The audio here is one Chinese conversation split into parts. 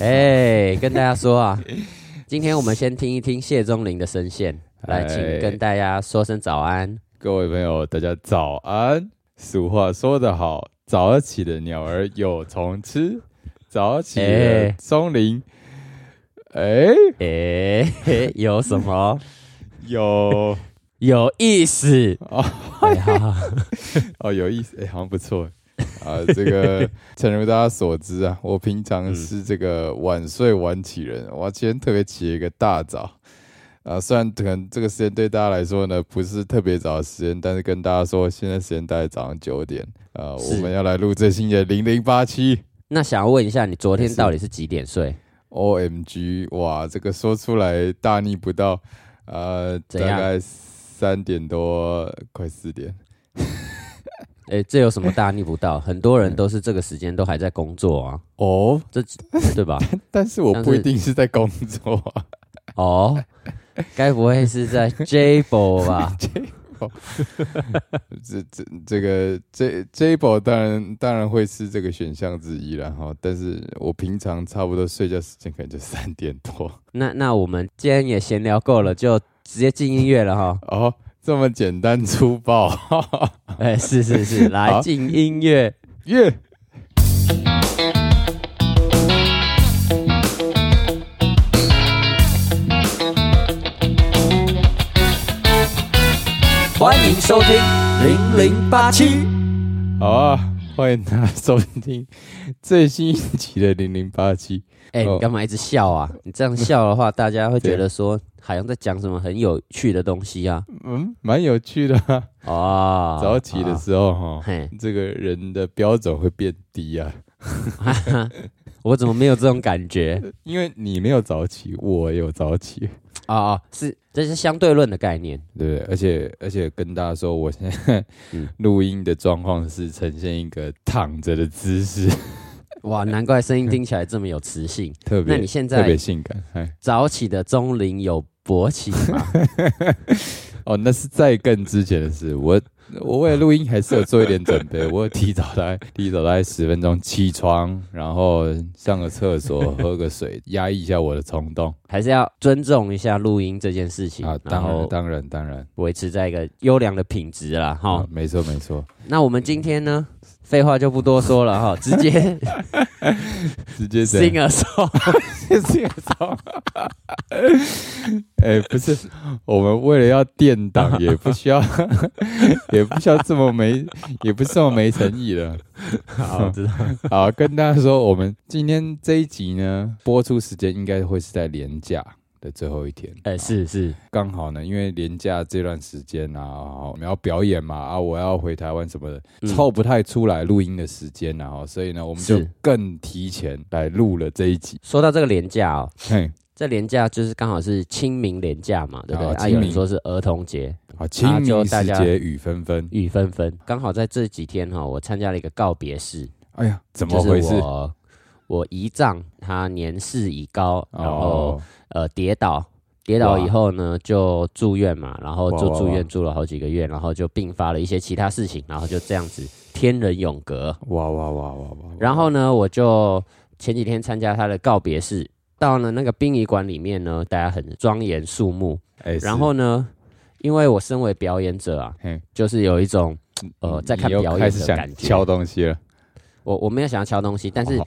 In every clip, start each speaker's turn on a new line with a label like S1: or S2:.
S1: 哎，跟大家说 啊，今天我们先听一听谢钟林的声线，来，请
S2: 哎
S1: 跟大家说声早安。
S2: 各位朋友，大家早安。俗话说得好，早起的鸟儿有虫吃，早起
S1: 哎
S2: 的松林，哎、
S1: 哎，嘿有什 么
S2: 有
S1: 有意思？
S2: 哦
S1: 哎 好
S2: 哦，有意思，哎、好像不错。啊、这个诚如大家所知啊，我平常是这个晚睡晚起人，我今天特别起了一个大早。啊，虽然可能这个时间对大家来说呢不是特别早的时间，但是跟大家说，现在时间大概早上九点。啊，我
S1: 是
S2: 们要来录最新的零零八七。
S1: 那想要问一下，你昨天到底是几点睡？
S2: O M G！哇，这个说出来大逆不道。呃，
S1: 怎
S2: 大
S1: 样
S2: 概三点多，快四点。
S1: 哎，这有什么大逆不道？很多人都是这个时间都还在工作啊，
S2: 哦，
S1: 这对 吧？
S2: 但是我
S1: 像
S2: 不一
S1: 是
S2: 定是在工作啊。
S1: 哦，该不会是在 Jable 吧？
S2: 这这这个 J J 宝当然当然会是这个选项之一啦哈，但是我平常差不多睡觉时间可能就三点多
S1: 那那我们今天也闲聊够了，就直接进音乐了哈。
S2: 哦，这么简单粗暴，
S1: 哎，是是是，来
S2: 好
S1: 进音乐。
S2: 耶、
S1: 欢迎收听零零八七。
S2: 好啊，欢迎大家收听最新一集的零零八七，
S1: 哎、
S2: 哦
S1: 你干嘛一直笑啊？你这样笑的话，大家会觉得说好像在讲什么很有趣的东西 啊。
S2: 嗯，蛮有趣的、啊，
S1: 哦，
S2: 早起的
S1: 啊
S2: 时候哈、
S1: 嘿，
S2: 这个人的标准会变低啊，
S1: 我怎么没有这种感 觉？
S2: 因为你没有早起，我有早起，
S1: 哦哦，是这是相对论的概 念。
S2: 对不对？而且而且跟大家说，我现在
S1: 嗯
S2: 录音的状况是呈现一个躺着的姿 势，
S1: 哇，难怪声音听起来这么有磁 性。
S2: 特别
S1: 那你现
S2: 特别
S1: 在
S2: 性感。哎，
S1: 早起的钟灵有勃 起吗？
S2: 哦，那是在更之前的事。我我为了录音还是有做一点准 备，我有提早大概提早大概十分钟起床，然后上个厕 所，喝个水，压抑一下我的冲动
S1: 还是要尊重一下录音这件事情，
S2: 啊。
S1: 然
S2: 当然
S1: 后
S2: 当然当然，
S1: 维持在一个优良的品质啦。哈、
S2: 啊，没错没错，
S1: 那我们今天呢，废话就不多说了哈，直 接
S2: 直接这
S1: sing a
S2: 样
S1: song。
S2: 这个操！ 哎，不是，我们为了要垫档，也不需要， 也不需要这么没，也不是这么没诚意了。
S1: 好，我知道。
S2: 好，跟大家说，我们今天这一集呢，播出时间应该会是在连假的最后一天。
S1: 哎、是是，
S2: 刚好呢，因为连假这段时间啊，我们要表演嘛，啊，我要回台湾什么的，
S1: 嗯
S2: 凑不太出来录音的时间啊，所以呢，我们就是更提前来录了这一集。
S1: 说到这个廉价哦，
S2: 嘿，
S1: 这廉价就是刚好是清明廉价嘛，对不对？
S2: 哦
S1: 啊，
S2: 清
S1: 有
S2: 明
S1: 人说是儿童节，
S2: 好，清
S1: 就
S2: 明
S1: 大
S2: 时
S1: 家
S2: 节雨纷纷。
S1: 雨纷纷。刚好在这几天哈、我参加了一个告别式，
S2: 哎呀，怎么
S1: 就
S2: 回
S1: 是
S2: 事？
S1: 我我姨丈他年事已高，然后、
S2: 哦，
S1: 呃跌倒，跌倒
S2: 哇
S1: 以后呢就住院嘛，然后就
S2: 哇哇
S1: 住
S2: 哇
S1: 院住了好几个月，然后就并发了一些其他事情，然后就这样子天人永隔。
S2: 哇哇哇哇哇！
S1: 然后呢，我就前几天参加他的告别式，到了那个殡仪馆里面呢，大家很庄严肃穆。
S2: 哎，
S1: 然后呢，因为我身为表演者啊
S2: 嘿，
S1: 就是有一种呃
S2: 呃，
S1: 在看
S2: 你又
S1: 表
S2: 开
S1: 演
S2: 始
S1: 的
S2: 想
S1: 感觉
S2: 敲。东西了。
S1: 我我没有想要敲东西，但是
S2: 哦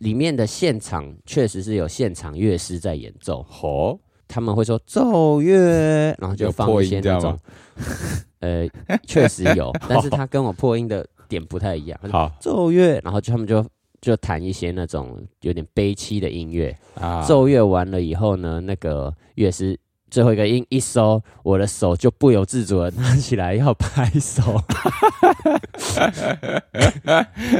S1: 里面的现场确实是有现场乐师在演奏。
S2: 吼，
S1: 他们会说奏乐，然后就
S2: 有
S1: 放
S2: 破
S1: 一些
S2: 音这
S1: 那
S2: 样
S1: 种
S2: 吗，
S1: 呃，确实有，但是他跟我破音的点不太一样。他说
S2: 好
S1: 奏乐，然后就他们就就弹一些那种有点悲凄的音乐。
S2: 啊，
S1: 奏乐完了以后呢，那个乐师最后一个音一收，我的手就不由自主的拿起来要拍手，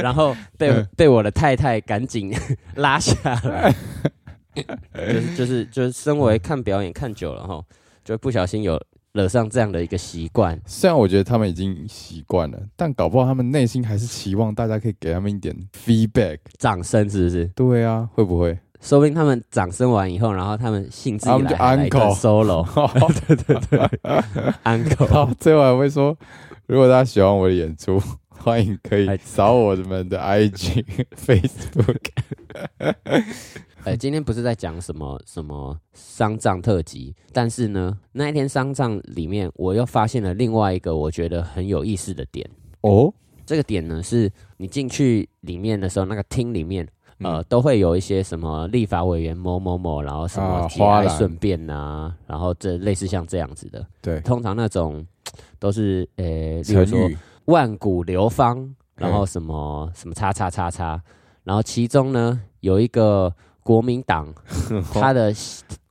S1: 然后被被我的太太赶紧拉下来，就是就是就是，身为看表演看久了哈，就不小心有惹上这样的一个习惯。
S2: 虽然我觉得他们已经习惯了，但搞不好他们内心还是期望大家可以给他们一点 feedback。
S1: 掌声是不是？
S2: 对啊，会不会？
S1: 说不定他们掌声完以后，然后他们兴致一来
S2: 他
S1: 还来
S2: 们
S1: 一
S2: 就
S1: 段
S2: uncle
S1: solo
S2: 对对对。
S1: uncle，
S2: 好，最后还会说，如果大家喜欢我的演出，欢迎可以
S1: 哎
S2: 扫我们的 IG、Facebook。
S1: 呃，今天不是在讲什么什么丧葬特辑，但是呢，那一天丧葬里面，我又发现了另外一个我觉得很有意思的点。
S2: 哦，
S1: 这个点呢，是你进去里面的时候，那个厅里面，呃，
S2: 嗯
S1: 都会有一些什么立法委员某某某，然后什么
S2: 啊
S1: 节
S2: 花
S1: 哀
S2: 篮
S1: 顺变呐、然后这类似像这样子的，
S2: 对，
S1: 通常那种都是呃，例如
S2: 成
S1: 说
S2: 语，
S1: 万古流芳，
S2: 嗯
S1: 然后什么什么叉叉叉叉，然后其中呢有一个国民 党，他的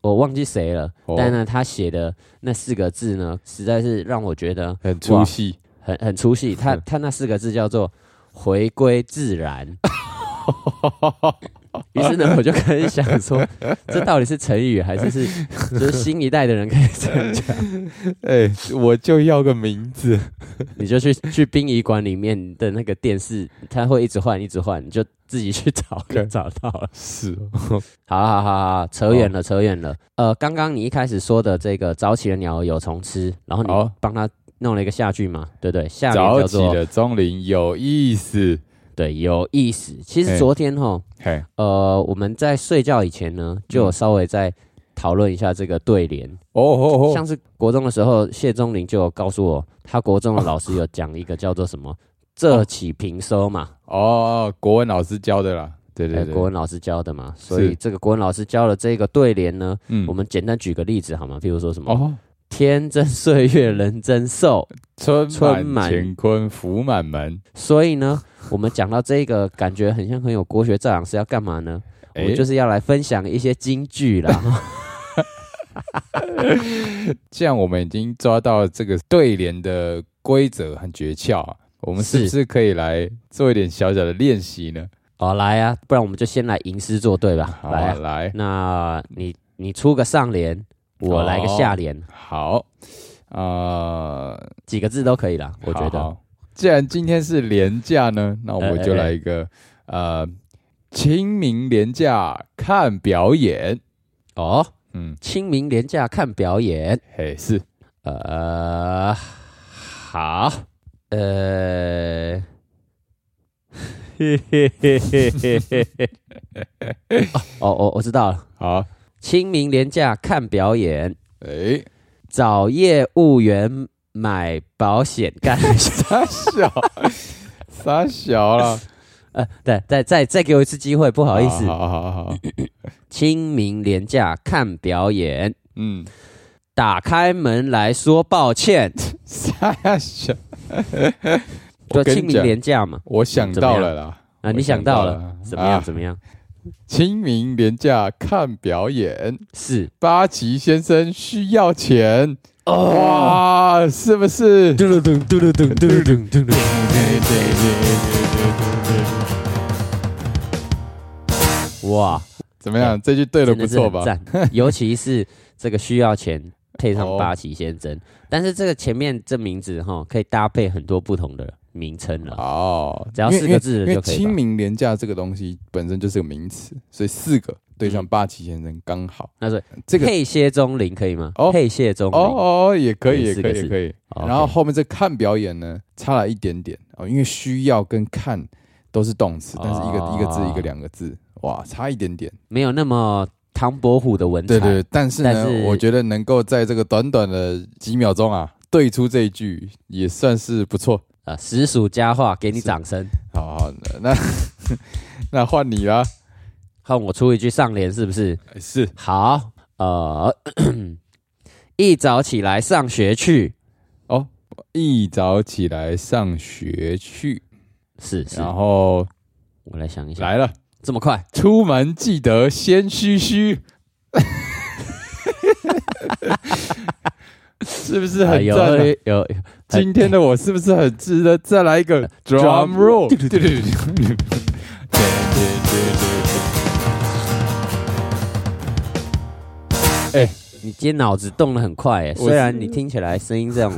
S1: 我忘记谁了，
S2: 哦
S1: 但呢他写的那四个字呢，实在是让我觉得
S2: 很粗
S1: 哇
S2: 细，
S1: 很很出戏。他
S2: 嗯
S1: 他那四个字叫做“回归自 然”。于是呢，我就开始想说，这到底是成语还是 是就是新一代的人可以这样讲？
S2: 哎、我就要个名字，
S1: 你就去去殡仪馆里面的那个电视，它会一直换，一直换，你就自己去找，就
S2: Okay
S1: 找到了。
S2: 是哦，
S1: 好好好好，扯远了，扯远了。呃，刚刚你一开始说的这个早起的鸟儿有虫吃，然后你
S2: 好
S1: 帮它弄了一个下句嘛，对不对？下联
S2: 早
S1: 叫
S2: 起
S1: 做
S2: 的钟灵有意思，
S1: 对有意思。其实
S2: 嘿
S1: 昨天哈，
S2: 嘿，
S1: 呃，我们在睡觉以前呢，就有稍微在讨论一下这个对联。
S2: 哦哦哦，
S1: 像是国中的时候，谢钟林就有告诉我，他国中的老师有讲一个叫做什 么“这起平收”嘛，
S2: 哦，国文老师教的啦，对对
S1: 呃，
S2: 对，
S1: 国文老师教的嘛，所以这个国文老师教了这个对联呢，
S2: 嗯
S1: 我们简单举个例子好吗？譬如说什么、
S2: 哦，
S1: 天真岁月人真寿”，
S2: 春
S1: 春满
S2: 满乾坤福满门，
S1: 所以呢，我们讲到这个，感觉很像很有国学教养是要干嘛呢？我
S2: 哎、
S1: 们就是要来分享一些金句 啦。
S2: 这样我们已经抓到这个对联的规则和诀窍啊、我们是不
S1: 是
S2: 是可以来做一点小小的练习呢？
S1: 好、来啊，不然我们就先来吟诗作对吧。
S2: 好
S1: 来
S2: 啊、
S1: 啊，
S2: 来，
S1: 那你你出个上联，我来个下联，
S2: 好，啊、
S1: 几个字都可以啦，我觉
S2: 好
S1: 得。
S2: 好既然今天是廉价呢，那我
S1: 哎
S2: 们
S1: 哎
S2: 就
S1: 哎
S2: 来一个呃清明廉价看表演。
S1: 哦，
S2: 嗯，
S1: 清明廉假看表演。
S2: 嘿，是
S1: 呃，好，呃，嘿嘿嘿嘿嘿嘿嘿，哦哦，我知道了，
S2: 好，
S1: 清明廉假看表演，
S2: 哎，
S1: 找业务员买保险干。
S2: 傻小， 傻小了，
S1: 呃，对，再再再给我一次机会， 不好意思，
S2: 好好好好，
S1: 清明廉假看表演，
S2: 嗯，
S1: 打开门来说抱歉，
S2: 傻小，
S1: 就
S2: 我跟
S1: 清明
S2: 你讲，
S1: 廉假嘛，
S2: 我想到了啦，
S1: 啊，
S2: 我
S1: 你想到了，
S2: 啊
S1: 怎么样？
S2: 啊
S1: 怎么样？
S2: 清明廉价看表演，
S1: 是
S2: 八旗先生需要钱，
S1: 哦，
S2: 哇，是不是？
S1: 嘟噜嘟嘟噜嘟嘟噜嘟嘟噜。 哇，
S2: 怎么样？这句对的
S1: 哎真
S2: 不
S1: 的是
S2: 错
S1: 很
S2: 吧？
S1: 赞，尤其是这个需要钱配上
S2: 哦
S1: 八旗先生， 但是这个前面这名字哈，可以搭配很多不同的名称了。
S2: 哦，
S1: 只要
S2: 因为
S1: 四个字
S2: 因
S1: 的
S2: 为因为
S1: 就可以吧
S2: 清明廉价这个东西本身就是个名词，所以四个对上八旗先生刚好。
S1: 那所以
S2: 这
S1: 嗯
S2: 个
S1: 配谢钟林可以吗？
S2: 哦
S1: 配谢钟林。哦
S2: 哦哦也可以，
S1: 对
S2: 也
S1: 四
S2: 可
S1: 个
S2: 以，
S1: 字哦
S2: 也可以。
S1: OK
S2: 然后后面这看表演呢，差了一点点哦，因为需要跟看都是动词，但是一个
S1: 哦
S2: 一个字一个两个字，哇，差一点点。
S1: 没有那么唐伯虎的文采。
S2: 对对，对但是
S1: 但
S2: 呢
S1: 是，
S2: 我觉得能够在这个短短的几秒钟啊，对出这一句也算是不错。
S1: 呃，实属佳话，给你
S2: 是
S1: 掌声。
S2: 好好，那 那换你啦，哎
S1: 换我出一句上联，是不是？
S2: 是
S1: 好，呃， 一早起来上学去，
S2: 哦，一早起来上学去，
S1: 是是，
S2: 然后
S1: 我来想一想，
S2: 哦来了，
S1: 这么快，
S2: 出门记得先嘘嘘， 是不是
S1: 啊
S2: 很
S1: 有
S2: 赞啊、
S1: 有有很
S2: 今天的我是不是很值得再来一个
S1: 呃 drum
S2: drum roll？
S1: 对对对你今天脑子动得很快耶，
S2: 我是
S1: 虽然你听起来声音这 样，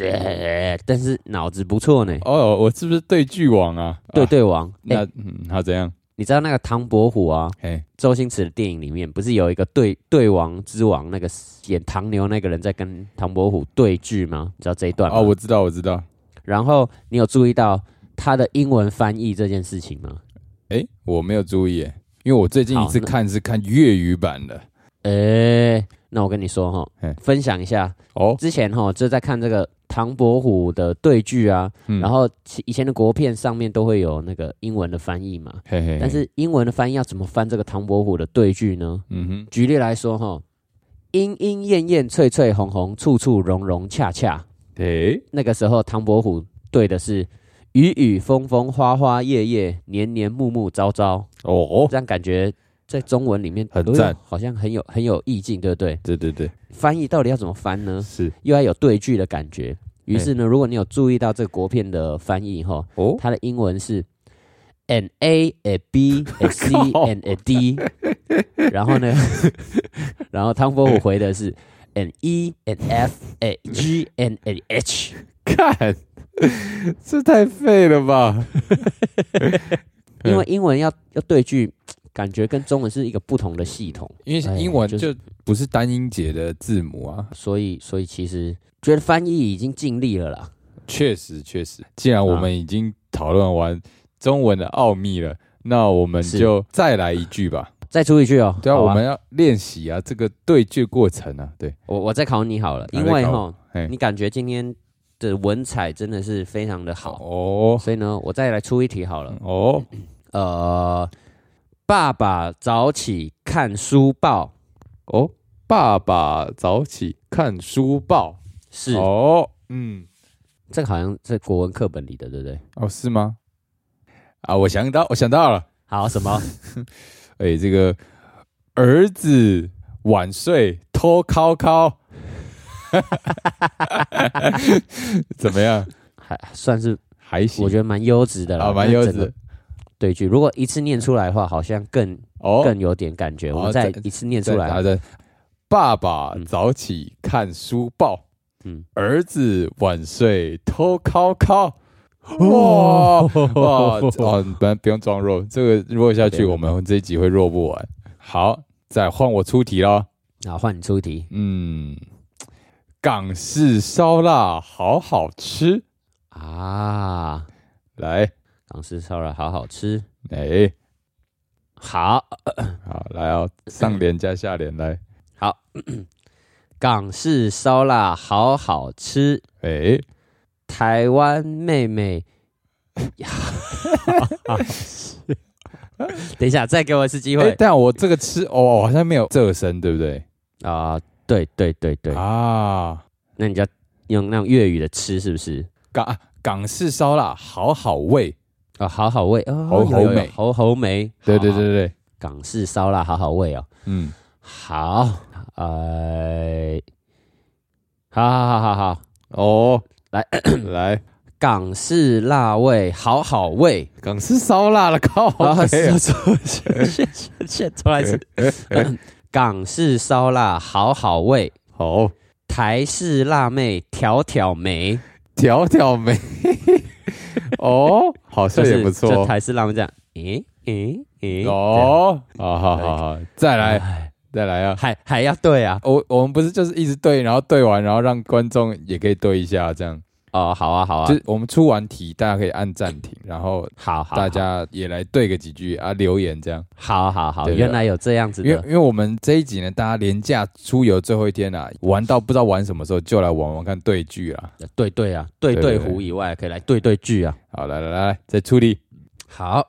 S1: 呃但是脑子不错呢。
S2: 哦，我是不是对句王啊？
S1: 对
S2: 啊，
S1: 对王，哎、
S2: 那嗯，好怎样？
S1: 你知道那个唐伯虎啊，
S2: 哎，
S1: 周星驰的电影里面不是有一个对对王之王那个演唐牛那个人在跟唐伯虎对句吗？你知道这一段吗？
S2: 哦，我知道，我知道。
S1: 然后你有注意到他的英文翻译这件事情吗？
S2: 哎，我没有注意，哎因为我最近一
S1: 好
S2: 次
S1: 那
S2: 看是看粤语版的
S1: 哎、那我跟你说哈
S2: 嘿，
S1: 分享一下，
S2: 哦，
S1: 之前哈就在看这个唐伯虎的对剧啊，
S2: 嗯
S1: 然后其以前的国片上面都会有那个英文的翻译嘛，
S2: 嘿嘿嘿，
S1: 但是英文的翻译要怎么翻这个唐伯虎的对句呢？
S2: 嗯哼，
S1: 举例来说哈，莺莺燕燕翠翠红红处处融融恰恰，
S2: 诶，
S1: 那个时候唐伯虎对的是雨雨风风花花叶叶年年暮暮朝朝，
S2: 哦，
S1: 这样感觉在中文里面
S2: 很
S1: 哎呦
S2: 赞
S1: 好像很有很有意境，对不对？
S2: 对对对，
S1: 翻译到底要怎么翻呢？
S2: 是
S1: 又要有对句的感觉。于是呢，如果你有注意到这个国片的翻译哈，
S2: 哦，
S1: 它的英文是 an A a B a C
S2: 靠
S1: and a D，然后呢， 然后汤伯虎回的是 an E an F a G and a H，
S2: 看，这太废了吧？ 嗯
S1: 因为英文要要对句，感觉跟中文是一个不同的系统，
S2: 因
S1: 哎
S2: 为英文
S1: 就
S2: 就不是单音节的字母啊，
S1: 所以所以其实觉得翻译已经尽力了啦。
S2: 确实确实。既然我们已经讨论完中文的奥秘了，那我们
S1: 是
S2: 就再来一句吧。
S1: 再出一句哦，
S2: 对啊，
S1: 好吧
S2: 我们要练习啊，这个对句过程啊，对，
S1: 我我再考你好了，
S2: 好
S1: 因为
S2: 再考
S1: 哈，
S2: 哎，
S1: 你感觉今天的文采真的是非常的好，
S2: 哦
S1: 所以呢，我再来出一题好了。
S2: 哦，
S1: 呃，爸爸早起看书报
S2: 哦，爸爸早起看书报。
S1: 是、
S2: 哦，嗯，
S1: 这个好像是国文课本里的，对不对？
S2: 哦，是吗？啊，我想到，我想到了，
S1: 好，什么？
S2: 哎、这个儿子晚睡偷敲敲， 怎么样？
S1: 还算是
S2: 还行，
S1: 我觉得蛮优质的
S2: 得
S1: 啦，
S2: 啊，蛮优质
S1: 那整
S2: 的
S1: 个对句。如果一次念出来的话，好像更、
S2: 哦。
S1: 更有点感觉。
S2: 好
S1: 我们再
S2: 再
S1: 一次念
S2: 再
S1: 出
S2: 打
S1: 来，
S2: 的爸爸
S1: 嗯
S2: 早起看书报，
S1: 嗯，
S2: 儿子晚睡偷敲敲。哇
S1: 哦
S2: 哇哦，不不用装弱，这个弱下
S1: 不
S2: 去，
S1: 用
S2: 我们这一集会弱不完。好，再换我出题了。
S1: 好，换你出一题。
S2: 嗯，港式烧腊好好吃。
S1: 啊，
S2: 来，
S1: 港式烧腊好好吃。
S2: 哎，
S1: 好，
S2: 好来哦，上联加下联来。
S1: 港式烧腊好好吃，
S2: 哎，
S1: 台湾妹妹。 等一下，再给我一次机
S2: 哎
S1: 会，
S2: 但我这个吃哦，好像没有仄声，对不对？
S1: 啊、对对对对，
S2: 啊，
S1: 那你就要用那种粤语的吃，是不是？
S2: 港港式烧腊好好味。
S1: 啊、好好味啊，
S2: 侯
S1: 有
S2: 侯
S1: 有有
S2: 美
S1: 侯侯梅，
S2: 对
S1: 好
S2: 对
S1: 好
S2: 对对，对
S1: 港式烧腊好好味哦。
S2: 嗯，
S1: 好，呃，好好好好好，
S2: 哦，
S1: 来
S2: 来，
S1: 港式辣味好好味。
S2: 港式烧腊了，靠北啊！
S1: 啊， 说错， 谢谢谢，重来一次。港式烧腊好好味，
S2: 好，
S1: 台式辣妹挑挑眉，
S2: 挑挑眉， 哦，好像也不错
S1: 就
S2: 哦
S1: 台式辣妹这样，诶诶诶，
S2: 哦，好好好好，再
S1: 这样，
S2: 来
S1: 哎
S2: 再来啊！
S1: 还还要对啊，
S2: 我我们不是就是一直对，然后对完，然后让观众也可以对一下，这样
S1: 哦，好啊好啊，
S2: 就是我们出完题，大家可以按暂停，然后
S1: 好好，
S2: 大家也来对个几句啊，留言这样。
S1: 好好好，
S2: 对对对
S1: 原来有这样子
S2: 因为
S1: 的
S2: 因为我们这一集呢，大家连假出游最后一天啊，玩到不知道玩什么时候，就来玩玩看对句啦。
S1: 对对啊，对
S2: 对
S1: 对
S2: 对对
S1: 胡以外可以来对对句啊，
S2: 好，来来来，再出力。
S1: 好。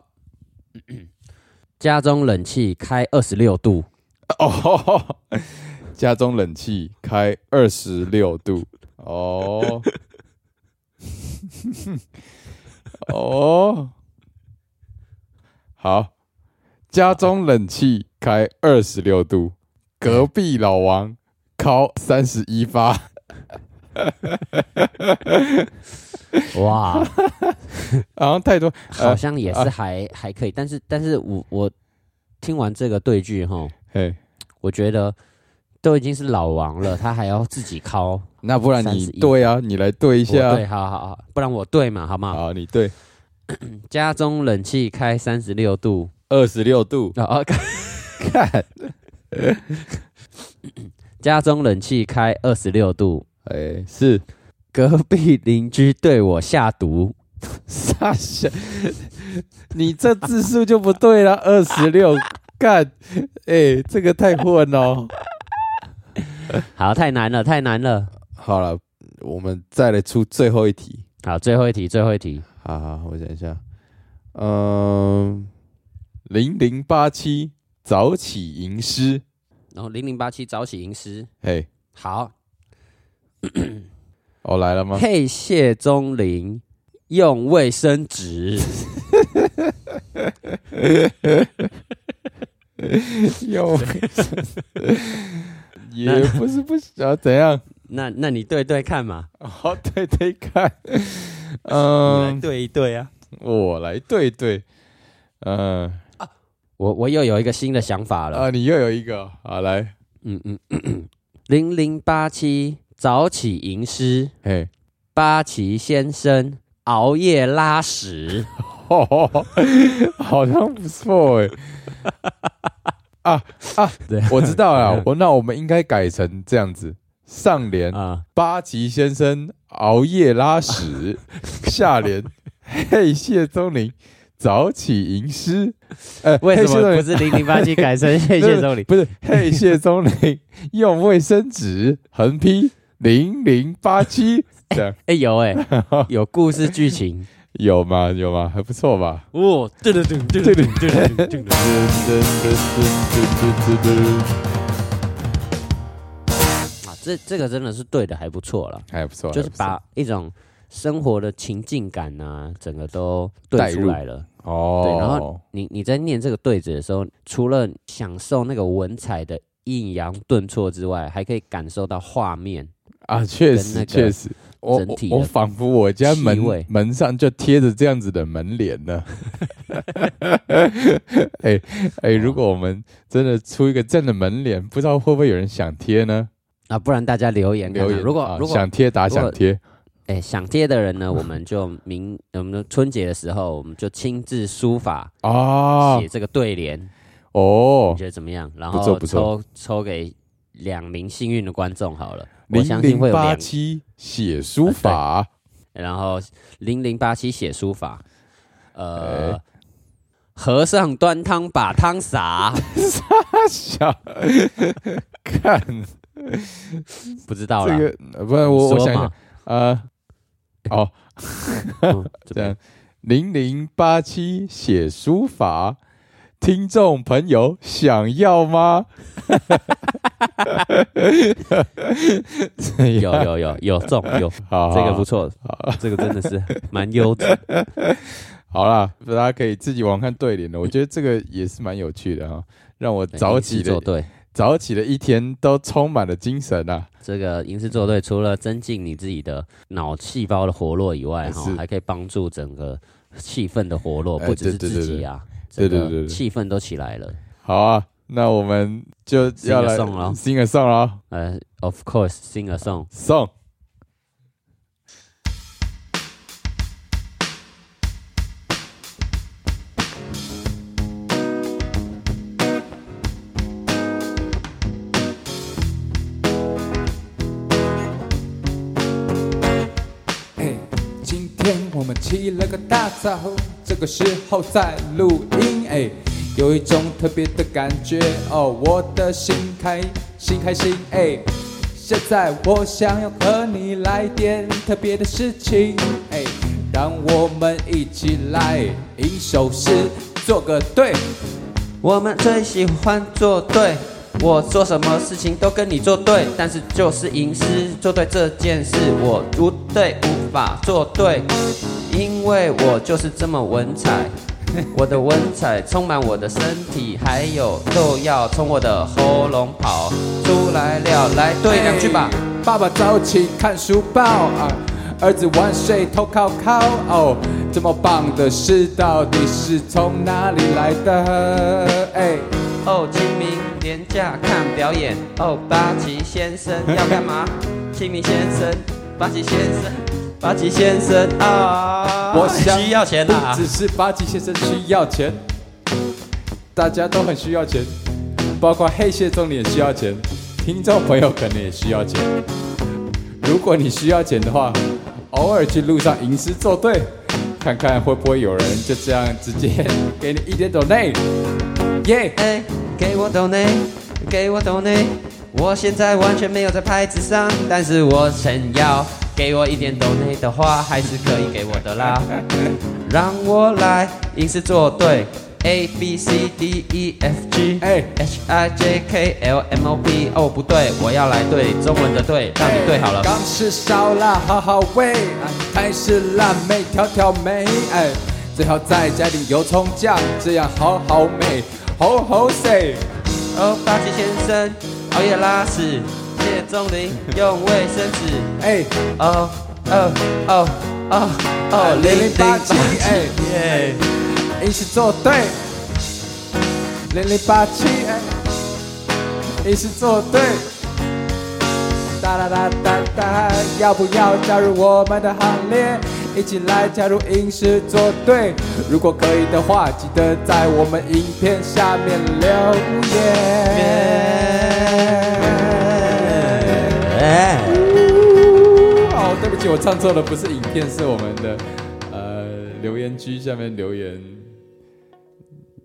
S1: 家中冷气开二十六度，
S2: 哦，家中冷气开二十六度。哦，哦，好，家中冷气开二十六度，隔壁老王烤三十一发。
S1: 哇，
S2: 呃好像太多，
S1: 好像也
S2: 呃
S1: 是还、还可以，但是但是我我听完这个对句哈，
S2: 嘿，
S1: 我觉得都已经是老王了，他还要自己敲，
S2: 那不然你
S1: 31
S2: 对啊，你来对一
S1: 我
S2: 下啊。
S1: 对，好好好，不然我对嘛，好吗？
S2: 好，你对，
S1: 家中冷气开三十六度，
S2: 二十 六度，
S1: 哦哦，
S2: 看，
S1: 家中冷气开二十六度，
S2: 哎，是
S1: 隔壁邻居对我下毒，
S2: 傻笑，你这字数就不对了，二十六干，哎，这个太混了哦。
S1: 好，太难了，太难了。
S2: 好了，我们再来出最后一题。
S1: 好，最后一题，最后一题。
S2: 好好，我想一下，嗯，零零八七早起吟诗，
S1: 然哦后零零八七早起吟诗，
S2: 嘿，
S1: 好，
S2: 哦来了吗？
S1: 嘿，谢钟林用卫生 纸，
S2: 有，也不是不想、啊、怎样？
S1: 那那你对对看嘛，
S2: 好，对对看，
S1: 你来
S2: 嗯，
S1: 对一对啊。
S2: 我来对对，嗯
S1: 我我又有一个新的想法了，
S2: 啊，你又有一个啊，来，
S1: 嗯嗯，零零八七早起吟诗，
S2: 嘿，
S1: 八旗先生熬夜拉屎，
S2: 哦， 好像不错哎。啊啊！
S1: 对
S2: 我知 道了，我那我们应该改成这样子：上 联
S1: 啊，
S2: 八旗先生熬夜 拉屎，下联嘿谢宗林早起吟诗，呃，
S1: 为什
S2: 嘿谢宗
S1: 么
S2: 林
S1: 不是零零八七改成谢谢 钟林？
S2: 不是嘿谢宗 林用卫生纸横批零零八 七，这样
S1: 哎、有 哎、有故事剧情。
S2: 有吗？有吗？还不 错吧？
S1: 哦，对对对对对对对对对。啊，这这个真的是对的，还不错了，
S2: 还不错，
S1: 就是
S2: 还不错
S1: 把一种生活的情境感啊，整个都
S2: 带
S1: 对
S2: 入
S1: 出来了。
S2: 哦，
S1: 对然后你你在念这个对子的时候，除了享受那个文采的抑扬顿挫之外，还可以感受到画面。
S2: 啊，确
S1: 跟
S2: 实
S1: 那个
S2: 确实，我
S1: 整
S2: 我
S1: 体的
S2: 我仿佛我家
S1: 气
S2: 门
S1: 味
S2: 门上就贴着这样子的门帘呢。 哎哎，
S1: 哦
S2: 如果我们真的出一个这样的门帘，不知道会不会有人想贴呢？
S1: 啊，不然大家留言看看
S2: 留言，
S1: 如果、
S2: 啊
S1: 如果
S2: 想贴打
S1: 如果
S2: 想贴，
S1: 哎、想贴的人呢，我们就明我们春节的时候，我们就亲自书法
S2: 啊
S1: 写这个对联，
S2: 哦
S1: 你觉，得怎么样？然
S2: 不错
S1: 后
S2: 不错
S1: 抽抽给两名幸运的观众好了，我
S2: 零
S1: 相信
S2: 零
S1: 会有
S2: 八
S1: 两，
S2: 七写书 法，
S1: 然后零零八七写书法，呃。
S2: 哎
S1: 和尚端汤把汤洒，
S2: 想看
S1: 不知道啦。
S2: 这个，呃不然我我
S1: 说
S2: 想想
S1: 嘛，
S2: 啊，哦，
S1: 嗯怎
S2: 这
S1: 么
S2: 样
S1: 样，
S2: 零零八七写书法，听众朋友想要吗？有
S1: 有有有有中有，
S2: 好，
S1: 这个不
S2: 好
S1: 错，这个真的是蛮优质。
S2: 好啦，大家可以自己网看对联了。我觉得这个也是蛮有趣的哈、啊让我 早起
S1: 吟诗作
S2: 的
S1: 对，
S2: 早起的一天都充满了精神啊！
S1: 这个吟诗作对，除了增进你自己的脑细胞的活络以外，哈
S2: 哎是，
S1: 还可以帮助整个气氛的活络，
S2: 哎
S1: 不只是
S2: 对对
S1: 自己啊，
S2: 对对
S1: 整个
S2: 对对对
S1: 气氛都起来了。
S2: 好啊，那我们就
S1: Sing
S2: 要
S1: a
S2: 来
S1: song 咯
S2: sing a song 了
S1: 呃，of course，sing a song。
S2: ，song。
S3: 嘿，今天我们起了个大早，这个时候在录音，哎，有一种特别的感觉哦，我的心开心开心，哎，现在我想要和你来点特别的事情，哎，让我们一起来吟首诗，做个对。
S1: 我们最喜欢作对，我做什么事情都跟你作对，但是就是吟诗作对这件事，我无对无法作对，因为我就是这么文采，我的文采充满我的身体，还有都要从我的喉咙跑出来了，来对两句吧。
S3: 爸爸早起看书报啊，儿子晚睡偷考考哦，这么棒的事到底是从哪里来的？哎，
S1: 哦，清明廉假看表演。哦，八旗先生要干 嘛？清明先生，八旗先生，八旗先生啊！
S3: 我想
S1: 需要钱
S3: 不
S1: 啊
S3: 只！是八级先生需要钱，大家都很需要钱，包括黑蟹总理也需要钱，听众朋友可能也需要钱。如果你需要钱的话，偶尔去路上吟诗作 对，看看会不会有人就这样直接给你一点 donate。耶！
S1: 哎，给我抖内，给我抖内，我现在完全没有在牌子上，但是我想要给我一点抖内的话，还是可以给我的啦。让我来，吟诗作对，A B C D E F G
S3: 哎
S1: H I J K L M O P，哦不对，我要来对中文的对，让你对好了。
S3: 港式烧腊好好味，啊台式辣妹挑挑眉，哎，最好再加点油葱酱，这样好好美，吼吼塞。
S1: 哦，八戒先生，熬夜拉屎，谢钟林用卫生纸。
S3: 哎，
S1: 哦哦哦哦哦，
S3: 零零八七，哎，
S1: 耶！
S3: 一起作对，零零八七，哎，一起作对。哒哒哒哒哒，要不要加入我们的行列？一起来加入饮食作对。如果可以的话，记得在我们影片下面留言。
S1: 哎，
S3: 哦，对不起，我唱错了，不是影片，是我们的呃留言区下面留言。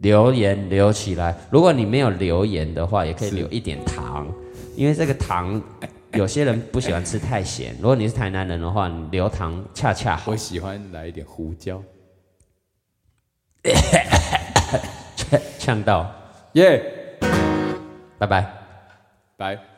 S1: 留言留起来。如果你没有留言的话，也可以留一点糖，因为这个糖有些人不喜欢吃太咸。如果你是台南人的话，你留糖恰恰好
S3: 我。喜欢来一点胡椒。
S1: 呛到，
S3: 耶，
S1: 拜拜。
S3: 拜。